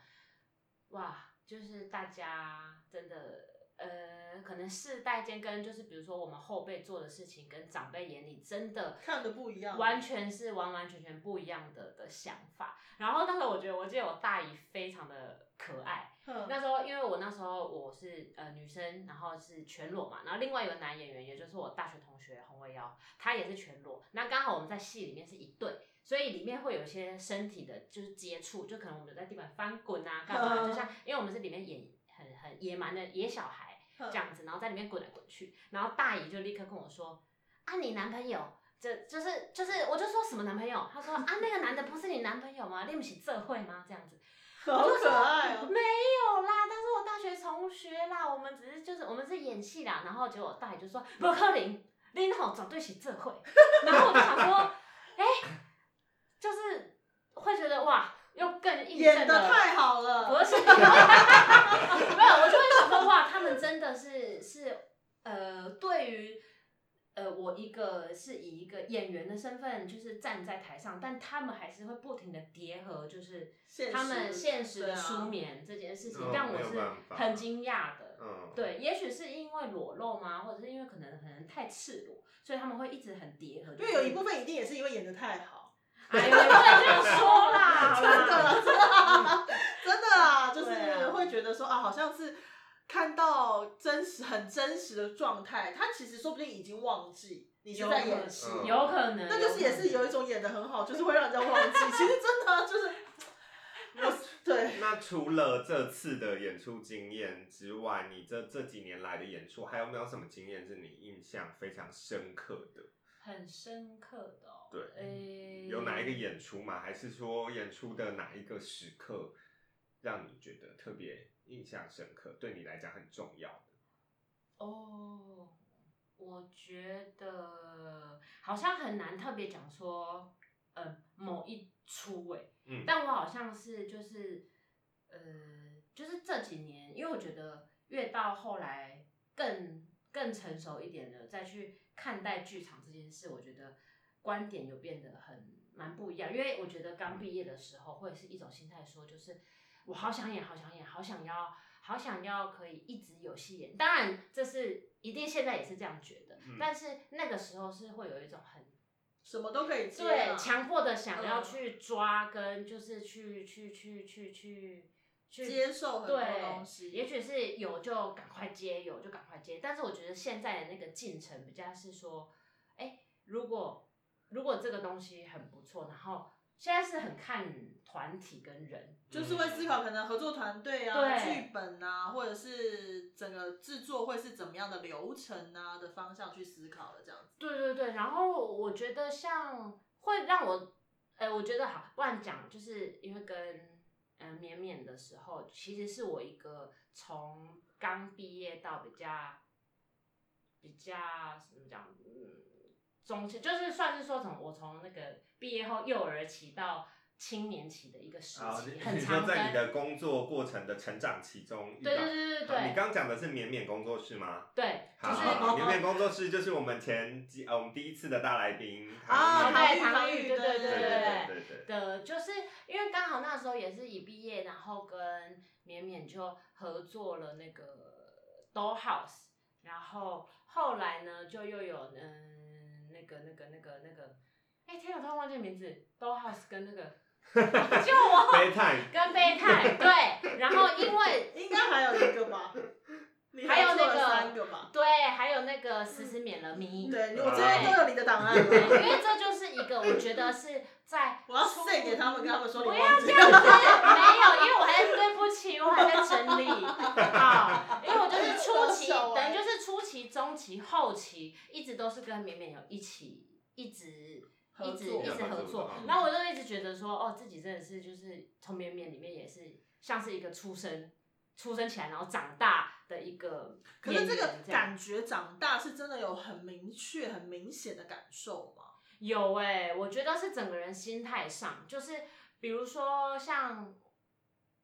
哇，就是大家真的，呃，可能世代间跟就是比如说我们后辈做的事情，跟长辈眼里真的
看的不一样，
完全是完完全全不一样的的想法。然后那时候我觉得，我记得我大姨非常的可爱，
哼
那时候，因为我那时候我是呃女生，然后是全裸嘛，然后另外有个男演员，也就是我大学同学洪维尧，他也是全裸。那刚好我们在戏里面是一对，所以里面会有一些身体的，就是接触，就可能我们在地板翻滚啊，干嘛？
嗯
就像因为我们是里面演很很野蛮的野小孩
哼
这样子，然后在里面滚来滚去，然后大姨就立刻跟我说：“啊，你男朋友。”这就是就是，我就说什么男朋友，他说啊那个男的不是你男朋友吗？你们是这会吗？这样子，
好可爱哦，
没有啦，但是我大学同学啦，我们只是就是我们是演戏啦，然后结果大爷就说不可能，你好绝对是这会，然后我就想说， 哎、就是会觉得哇，又更印
演
证
的
了。
太好
不
了，
是，没有，我就会想说，哇，他们真的是是呃，对于呃，我一个是以一个演员的身份，就是站在台上，但他们还是会不停的叠合，就是
现实
他们现实
对
的
啊
舒眠这件事情，
嗯
让我
没有
是
办法
很惊讶的。
嗯，
对，也许是因为裸露吗，或者是因为可能可能太赤裸，所以他们会一直很叠合。
因为有一部分一定也是因为演的太好，
哎呦，你不能这样说啦，好
真的
啦
啦， 真的啦，真的啦，就
对啊
是会觉得说啊，好像是看到真实、很真实的状态，他其实说不定已经忘记你是在演戏，
有可能
有嗯可能，
那就是也是有一种演的很好，就是会让人家忘记。其实真的啊就是，我对
那除了这次的演出经验之外，你这这几年来的演出还有没有什么经验是你印象非常深刻的？
很深刻的哦。
对
诶、
有哪一个演出吗？还是说演出的哪一个时刻让你觉得特别印象深刻，对你来讲很重要的？
哦，我觉得好像很难特别讲说，呃，某一出诶、
嗯，
但我好像是就是，呃，就是这几年，因为我觉得越到后来更更成熟一点的再去看待剧场这件事，我觉得观点有变得很蛮不一样。因为我觉得刚毕业的时候会是一种心态，说就是我好想演，好想演，好想要，好想要可以一直有戏演。当然，这是一定现在也是这样觉得，
嗯
但是那个时候是会有一种很
什么都可以接啊，
对，强迫的想要
嗯
去抓，跟就是去去去去去去
接受很多
对
东西，
也许是有就赶快接，有就赶快接。但是我觉得现在的那个进程比较是说，哎、如果如果这个东西很不错，然后现在是很看团体跟人，
就是会思考可能合作团队啊、
对
剧本啊，或者是整个制作会是怎么样的流程啊的方向去思考的这样子。
对对对，然后我觉得像会让我，呃，我觉得好乱讲，就是因为跟嗯、呃绵绵的时候，其实是我一个从刚毕业到比较比较怎么讲，嗯，中期就是算是说从我从那个毕业后幼儿期到青年期的一个时
啊，
期，
你
很
你
长
说
跟
在你的工作过程的成长期中遇到，
对对对对
好你
对
刚讲的是绵绵工作室吗？
对，就
好，
是
好好绵绵工作室就是我们前几呃我们第一次的大来宾
啊
唐毅
对
唐
唐
玉
玉，
对
对
对
哦
对
对对
对
对
对对对，
的，就是因为刚好那时候也是一毕业，然后跟绵绵就合作了那个 Doll House，然后后来呢就又有嗯那个那个那个那个，哎、天哪，突然忘记名字，Doll House 跟那个 救我
悲 叹
跟贝泰对，然后因为
应该还有一个 吧，你
还有
做了
那个
三个吧？
对，还有那 个思思免了咪，
对，你我这边都有你的档案
对，
了，
因为这就是一个我觉得是在
我要
出
send 给他们，跟他们说你
不要
忘记
这样子，没有，因为我还在对不起，我还在整理啊，因为我就是初期，
好笑欸
等于就是初期、中期、后期，一直都是跟绵绵有一起，一直。一直
合作
一直合
合作
作
嗯，
然后我就一直觉得说，哦，自己真的是就是从绵绵里面也是像是一个出生出生起来，然后长大的一个
可
演
是
员
这
样。
个感觉长大是真的有很明确、很明显的感受吗？
有哎、我觉得是整个人心态上，就是比如说像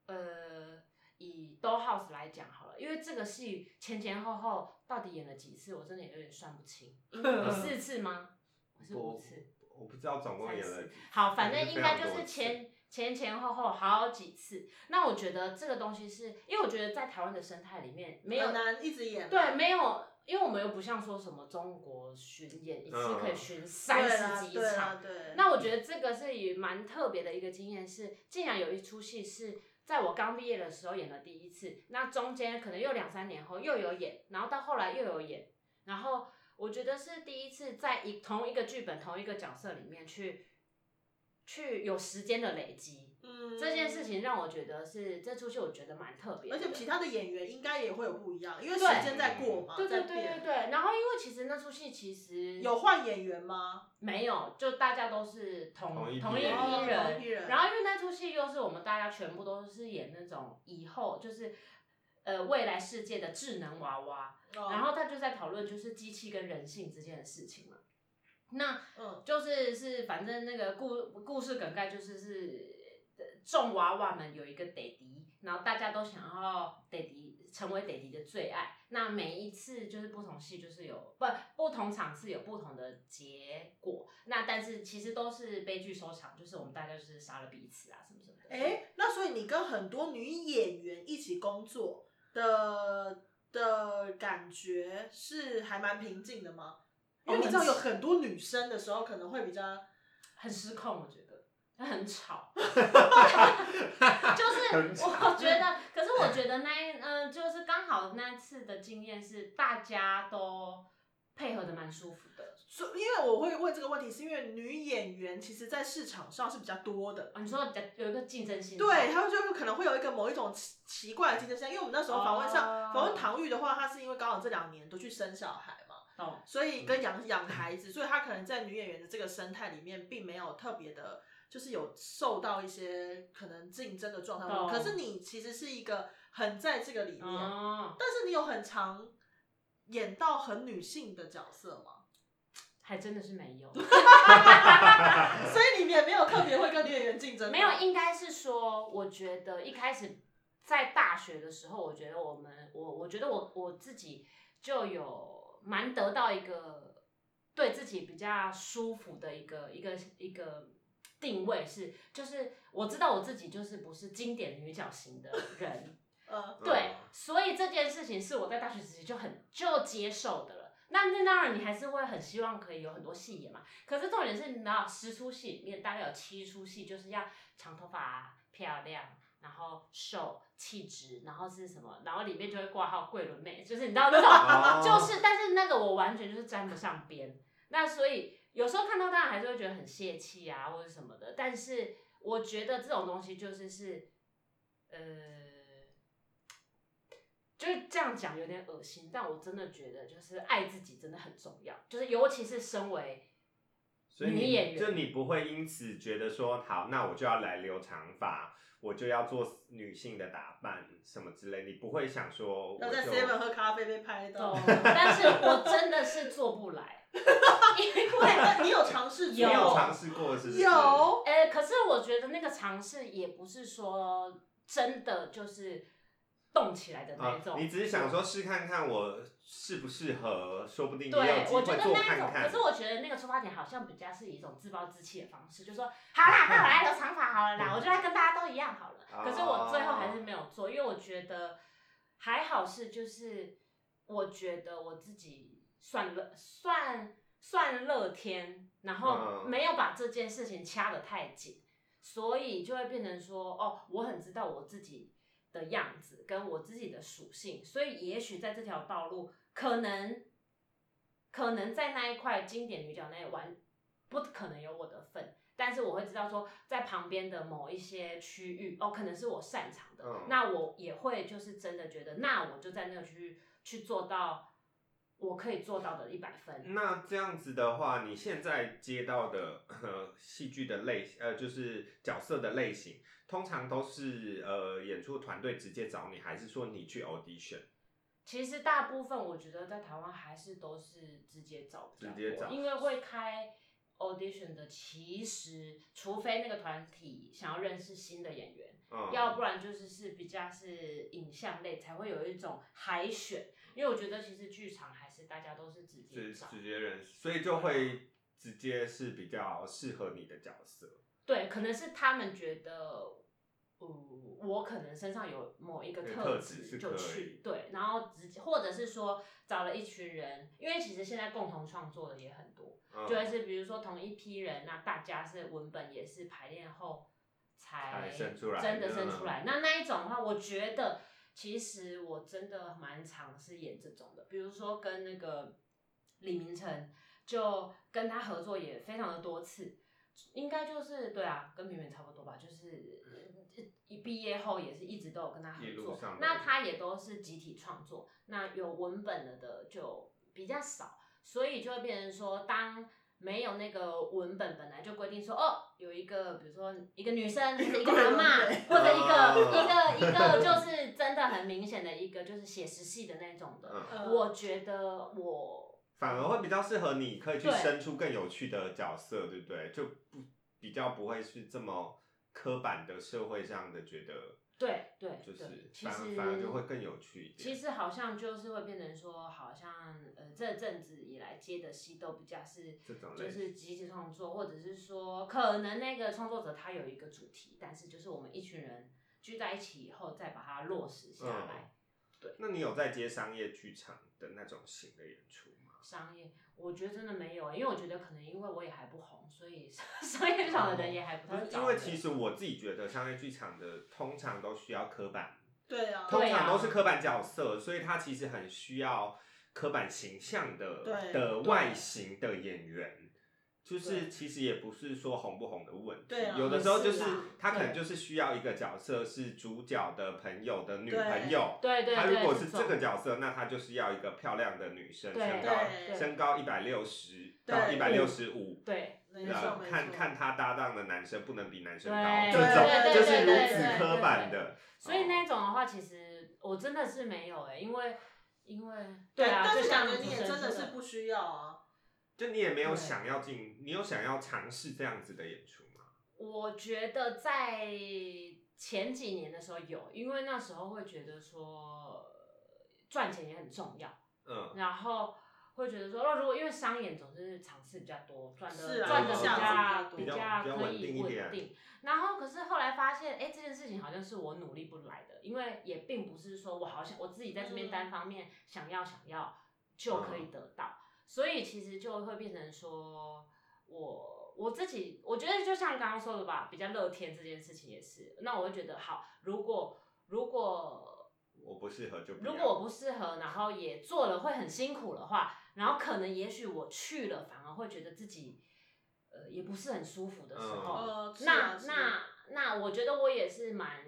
呃，以 Doll House 来讲好了，因为这个戏前前后后到底演了几次，我真的有点算不清， 应该有四次吗？还是五
我
次？
我不知道总共演 了几
好，反正
是
应
非
该
常
就
多次
是前前前后后好几次。那我觉得这个东西是因为我觉得在台湾的生态里面没有
很难一直演，
对，，没有，因为我们又不像说什么中国巡演一次可以
嗯
巡三十几
对啊啦
场，，
对啦对。
那我觉得这个是也蛮特别的一个经验，是竟然有一出戏是在我刚毕业的时候演了第一次，那中间可能又两三年后又有演，然后到后来又有演，然后我觉得是第一次在一同一个剧本同一个角色里面去去有时间的累积，
嗯
这件事。情让我觉得是这出戏我觉得蛮特别的，
而且其他的演员应该也会有不一样，因为时
对
间在过嘛，
对对
在
对
变
对对，然后因为其实那出戏其实
有换演员吗？
没有，就大家都是同
同一批
一
人
批
哦
同一批人
然后因为那出戏又是我们大家全部都是演那种以后就是呃未来世界的智能娃娃，然
然
后他就在讨论就是机器跟人性之间的事情嘛。那
嗯，
就是是反正那个故故事梗概就是是呃众娃娃们有一个 daddy，然后大家都想要 daddy 成为 daddy 的最爱。那每一次就是不同戏就是有不不同场次有不同的结果，那但是其实都是悲剧收场，就是我们大家就是杀了彼此啊什么什么的。
哎、那所以你跟很多女演员一起工作的的感觉是还蛮平静的吗？因为你知道有很多女生的时候可能会比较，
很失控，我觉得很吵， 就是我觉得，可是我觉得那一嗯、就是刚好那次的经验是大家都配合的蛮舒服的。
所因为我会问这个问题，是因为女演员其实在市场上是比较多的，
啊、你说有一个竞争心，
对，，他就可能会有一个某一种奇奇怪的竞争性，因为我们那时候访问上
哦
访问唐玉的话，他是因为刚好这两年都去生小孩嘛，
懂，
所以
嗯
跟养养孩子，所以他可能在女演员的这个生态里面，并没有特别的，就是有受到一些可能竞争的状态。
懂
可是你其实是一个很在这个里面，
哦，
但是你有很常演到很女性的角色吗？
还真的是没有，
所以你也没有特别会跟女演员竞争，
没有，。应该是说，我觉得一开始在大学的时候，我觉得我们，我我觉得我我自己就有蛮得到一个对自己比较舒服的一个一个一个定位是，就是我知道我自己就是不是经典女角型的人，
呃，
嗯
对，所以这件事情是我在大学时期就很就接受的了。那那当然，你还是会很希望可以有很多戏演嘛。可是重点是，你知道十出戏里面大概有七出戏就是要长头发、漂亮，然后瘦、气质，然后是什么，然后里面就会挂号桂纶镁，就是你知道那
哦
种，就是但是那个我完全就是沾不上边。那所以有时候看到当然还是会觉得很泄气啊，或者什么的。但是我觉得这种东西就是是，呃，就是这样讲有点恶心，但我真的觉得就是爱自己真的很重要，就是尤其是身为
所以
女演
你
员
就你不会因此觉得说，好，那我就要来留长发，我就要做女性的打扮什么之类，你不会想说，我
要在
就
Seven 喝咖啡被拍到
懂，， 但是我真的是做不来， 因为。
你有尝试
你
过？
有尝试过是不啊是？
有，
呃，可是我觉得那个尝试也不是说真的就是动起来的那
啊
种，，
你只是想说试看看我适不适合，说不定也有
对，
机
我觉
会
得
做
那一
看
种，
看。
可是我觉得那个出发点好像比较是以一种自暴自弃的方式，就说好啦，
嗯
那我来留长发好了啦，我就来跟大家都一样好了。
哦
可是我最后还是没有做，因为我觉得还好是就是，我觉得我自己算乐算算乐天，然后
嗯
没有把这件事情掐得太紧，所以就会变成说哦，我很知道我自己的样子跟我自己的属性，所以也许在这条道路可能可能在那一块经典女角那里玩，不可能有我的份。但是我会知道说，在旁边的某一些区域，哦，可能是我擅长的，
嗯
那我也会就是真的觉得，那我就在那个区域去做到我可以做到的一百分。
那这样子的话，你现在接到的呃戏剧的类型，呃，就是角色的类型，通常都是呃演出团队直接找你，还是说你去 audition？
其实大部分我觉得在台湾还是都是直接找比较多，
直接找
因为会开 audition 的，其实除非那个团体想要认识新的演员。
嗯，
要不然就是是比较是影像类才会有一种海选，因为我觉得其实剧场还是大家都是直接
直
找，
直接认识，所以就会直接是比较适合你的角色。
对，可能是他们觉得，呃，我可能身上有某一个
对
特
特质是
就
可
去
以
对，然后直接或者是说找了一群人，因为其实现在共同创作的也很多，
嗯、
就会是比如说同一批人，那大家是文本也是排练后才
才生出来
真的生出
嗯
来。那那一种的话，我觉得其实我真的蛮尝试演这种的，比如说跟那个李明成，就跟他合作也非常的多次。应该就是对啊，跟明明差不多吧，就是呃一毕业后也是一直都有跟他合
一路
作
上，
那
都有
他也都是集体创作，那有文本了的就比较少，所以就会变成说，当没有那个文本本来就规定说，哦，有一个比如说一个女生，或者一个阿嬷，或者一
哦
个一个一个就是真的很明显的一个就是写实系的那种的，
嗯，
呃
我觉得我
反而会比较适合你，可以去
对
生出更有趣的角色，对不对？就不比较不会是这么刻板的社会上的觉得。
对对
就
对
是
其
反
实
而反而就会更有趣一点。
其实好像就是会变成说，好像呃这阵子以来接的戏都比较是
这种类
就
型
是集体创作，或者是说可能那个创作者他有一个主题，但是就是我们一群人聚在一起以后再把它落实下
嗯
来。
那你有在接商业剧场的那种型的演出吗？
商业，我觉得真的没有，因为我觉得可能因为我也还不红，所以 商业剧场的人也还不太
嗯因为其实我自己觉得商业剧场的通常都需要刻板，
对啊，
通
对
常
啊
都是刻板角色，所以它其实很需要刻板形象的
对
的外形的演员。就是其实也不是说红不红的问题，
对啊
有的时候就是
也是啦
他可能
对
就是需要一个角色是主角的朋友的女
对
朋友，
对对
他
对，
如果是
这种
这个角色，那他就是要一个漂亮的女生，
对
身高
对
身高一百六十到一
对
百六十五，
对
没错
呃，
没错，
看看他搭档的男生不能比男生高，
对
这
对
种
对
就是如
对
此
对
刻
对
板
对
的。
所以那
哦
种的话，其实我真的是没有哎、因为因为
对，
啊，
但
就是像
感觉你
主
也
持人
真的
说
是不需要啊。
就你也没有
对
想要进，你有想要尝试这样子的演出吗？
我觉得在前几年的时候有，因为那时候会觉得说呃赚钱也很重要，
嗯，
然后会觉得说，那如果因为商演总是场次比较多，赚
是
的
啊
赚的
一下
比
子比较
较
比较
可
稳定
以
一
稳
点
定。然后可是后来发现，哎，这件事情好像是我努力不来的，因为也并不是说我好想我自己在这边
嗯
单方面想要想要就可
嗯
以得到，所以其实就会变成说我。我自己我觉得就像刚刚说的吧，比较乐天这件事情也是。那我会觉得好，如果如果
我不适合就不要
如果我不适合，然后也做了会很辛苦的话，然后可能也许我去了，反而会觉得自己呃也不是很舒服的时
哦
候，
呃，是
那
啊是
那那我觉得我也是蛮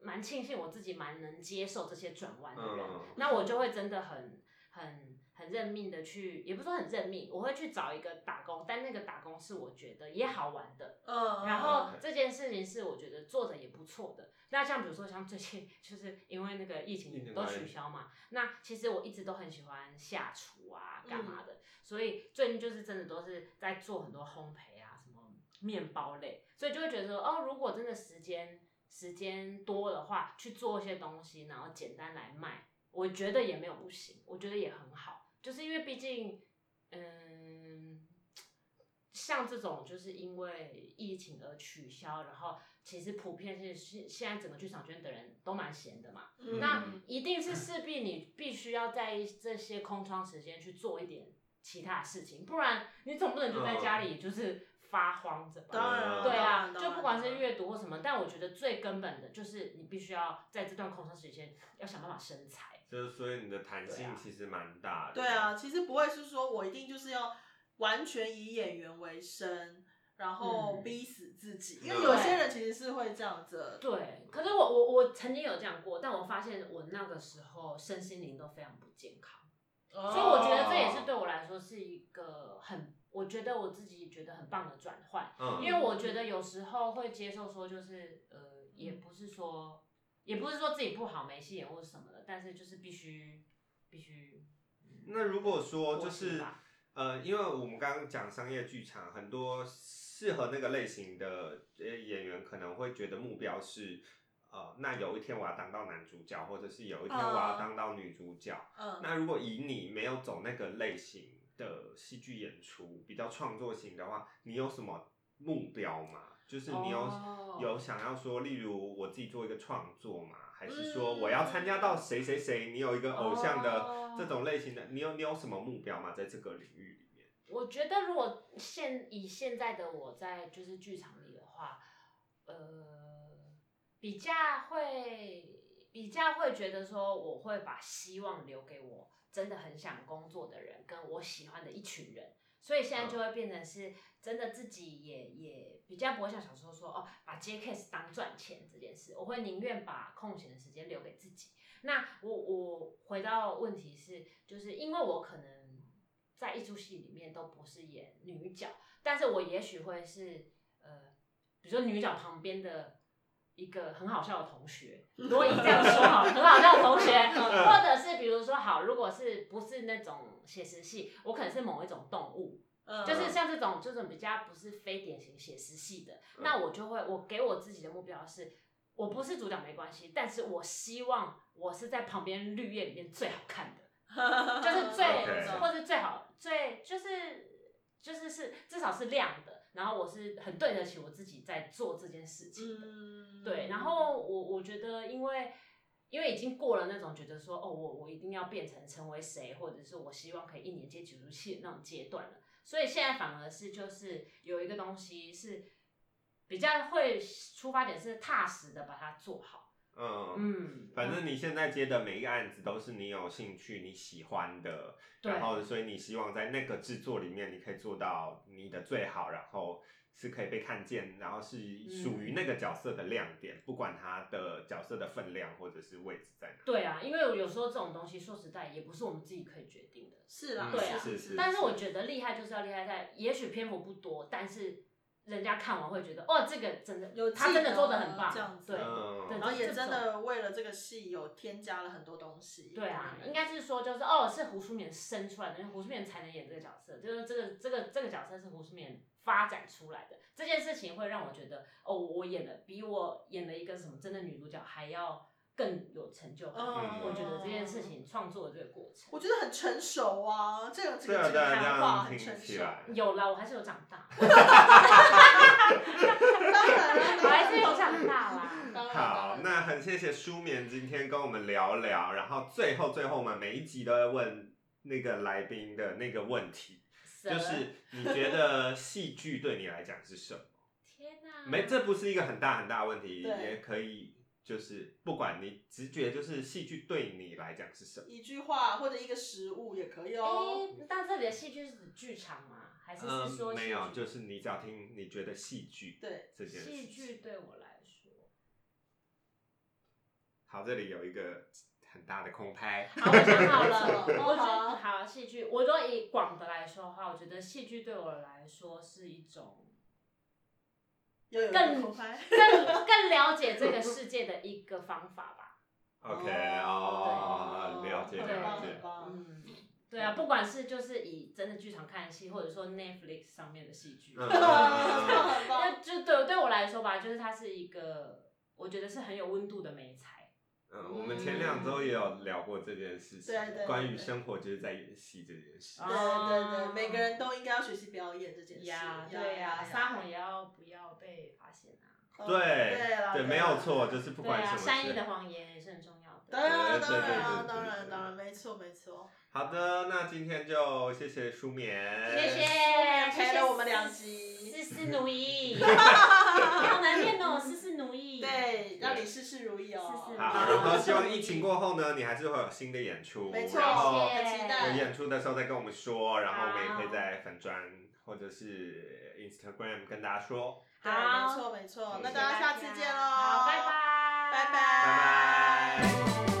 蛮庆幸我自己蛮能接受这些转弯的人，
嗯
那我就会真的很很。很认命的去，也不是说很认命，我会去找一个打工，但那个打工是我觉得也好玩的，
嗯，
嗯
然后
，OK
这件事情是我觉得做的也不错的。那像比如说像最近就是因为那个疫
疫情
情都
关
取
系
消嘛，那其实我一直都很喜欢下厨啊干嘛的，所以最近就是真的都是在做很多烘焙啊什么面包类，所以就会觉得说哦，如果真的时间时间多的话，去做一些东西，然后简单来卖，我觉得也没有不行，我觉得也很好，就是因为毕竟，嗯，像这种就是因为疫情而取消，然后其实普遍是现现在整个剧场圈的人都蛮闲的嘛，
嗯
那一定是势必你必须要在这些空窗时间去做一点其他事情，不然你总不能就在家里就是发慌着吧。
当然啊
对啊，
当然
就不管是
当然
阅读或什么，但我觉得最根本的就是你必须要在这段空窗时间要想办法生财。
就是所以你的弹
对
性
啊
其实蛮大的。
对啊，，其实不会是说我一定就是要完全以演员为生，然后
嗯
逼死自己，
嗯
因为有些人其实是会这样子。
对，可是我我我曾经有这样过，但我发现我那个时候身心灵都非常不健康，
哦
所以我觉得这也是对我来说是一个很，我觉得我自己觉得很棒的转换，
嗯，
因为我觉得有时候会接受说就是呃，也不是说也不是说自己不好没戏演或什么的，但是就是必须必须
那如果说就
我知
是
道
呃，因为我们刚刚讲商业剧场，很多适合那个类型的呃演员可能会觉得目标是呃，那有一天我要当到男主角，或者是有一天我
嗯
要当到女主角。
嗯，
那如果以你没有走那个类型的戏剧演出，比较创作型的话，你有什么目标吗？就是你有、
哦
有想要说，例如我自己做一个创作嘛，还是说我要参加到谁谁谁？你有一个偶像的
嗯哦
这种类型的，你有你有什么目标吗？在这个领域里面？
我觉得如果现以现在的我在就是剧场里的话，呃，比较会比较会觉得说，我会把希望留给我真的很想工作的人，跟我喜欢的一群人。所以现在就会变成是真的自己也也比较不会像小时候说哦，把接 case 当赚钱这件事，我会宁愿把空闲的时间留给自己。那我我回到问题是，就是因为我可能在一出戏里面都不是演女角，但是我也许会是呃，比如说女角旁边的一个很好笑的同学，如果你这样说好，很好笑的同学，或者是比如说好，如果是不是那种写实戏，我可能是某一种动物，
嗯
就是像这种这种比较不是非典型写实系的，那我就会我给我自己的目标是，我不是主角没关系，但是我希望我是在旁边绿叶里面最好看的，
嗯
就是最
OK
或是最好最就是就是是至少是亮的，然后我是很对得起我自己在做这件事情的。
嗯
对，然后我我觉得，因为因为已经过了那种觉得说，哦，我我一定要变成成为谁，或者是我希望可以一年接几出戏的那种阶段了，所以现在反而是就是有一个东西是比较会出发点是踏实的把它做好。
嗯
嗯，
反正你现在接的每一个案子都是你有兴趣、你喜欢的，
对
然后所以你希望在那个制作里面，你可以做到你的最好，然后是可以被看见，然后是属于那个角色的亮点，不管他的角色的分量或者是位置在哪。
对啊，因为有时候这种东西说实在也不是我们自己可以决定的，
是啦，
嗯
对啊
是
是是
但是我觉得厉害就是要厉害在，也许篇幅不多，但是人家看完会觉得，哦，这个真的
有
他
记
真的
得
做的很棒，
这样子
对，
嗯
对
然后也
这
真
种
的为了这个戏有添加了很多东西。
对啊，
不
应该是说就是哦，是胡淑敏生出来的，因为胡淑敏才能演这个角色，就是这个这个这个角色是胡淑敏发展出来的。这件事情会让我觉得，哦，我演的比我演的一个什么真的女主角还要更有成就感。
哦
嗯
我觉得这件事情创作的这个过程，
我觉得很成熟啊，这个这
对
个
啊，
这
对
个
啊，这
谈话
样
很
听
成
起
熟。
来，
有啦，我还是有 长大，
当 然了，
我还是有长大啦。
当然
好，
当然
那很谢谢舒眠今天跟我们聊聊，然后最后最后我们每一集都会问那个来宾的那个问题，就是你觉得戏剧对你来讲是 什么？
天哪、
没，这不是一个很大很大的问题，
对
也可以就是不管你直觉，就是戏剧对你来讲是什么？
一句话或者一个食物也可以
哎、
哦。
但这里的戏剧是指剧场吗？还是是说、
嗯，没有，就是你只要听你觉得戏剧
对，
这件事
戏
情。
剧对我来说。
好，这里有一个很大的空 拍。
好，我想好了，
没错
我觉得好戏剧，我如果以广的来说的话，我觉得戏剧对我来说是一种
又有一个
更
口 拍。
更更了解这个世界的一个方法吧。
OK，
哦
哦，了解
对
很
了
棒
解
很。棒。
嗯，对啊，不管是就是以真的剧场看戏，或者说 Netflix 上面的戏剧，
嗯
很
那
棒，
就对对我来说吧，就是它是一个我觉得是很有温度的美材。
嗯，我们前两周也有聊过这件事情，
对对对
关于生活就是在演戏这件 事。
对对对，每个人都应该要学习表演这件事。
呀，对呀，撒谎也要不要被发现啊？
嗯
对
对啦
哦对，
啦
没有错，就是不
对
管什
啊，
么事。
善意的谎言也是很重要的。
当然啊，当
对对
然啊，当
对对对
然
对
当然，没错没错。
好的，那今天就谢谢舒眠，
谢谢，
陪了我们两
谢
集
谢，事事 如意，好难念哦，事事如意，，
对，让你事事如意哦。
事事如意
好，然后希望疫情过后呢，你还是会有新的演出，
没错，
然后
很期
有
待。
演出的时候再跟我们说，然后我们也可以在粉砖或者是 Instagram 跟大家说，
对，没错没错，那大家下次见喽，
好，拜拜，
拜拜，
拜拜。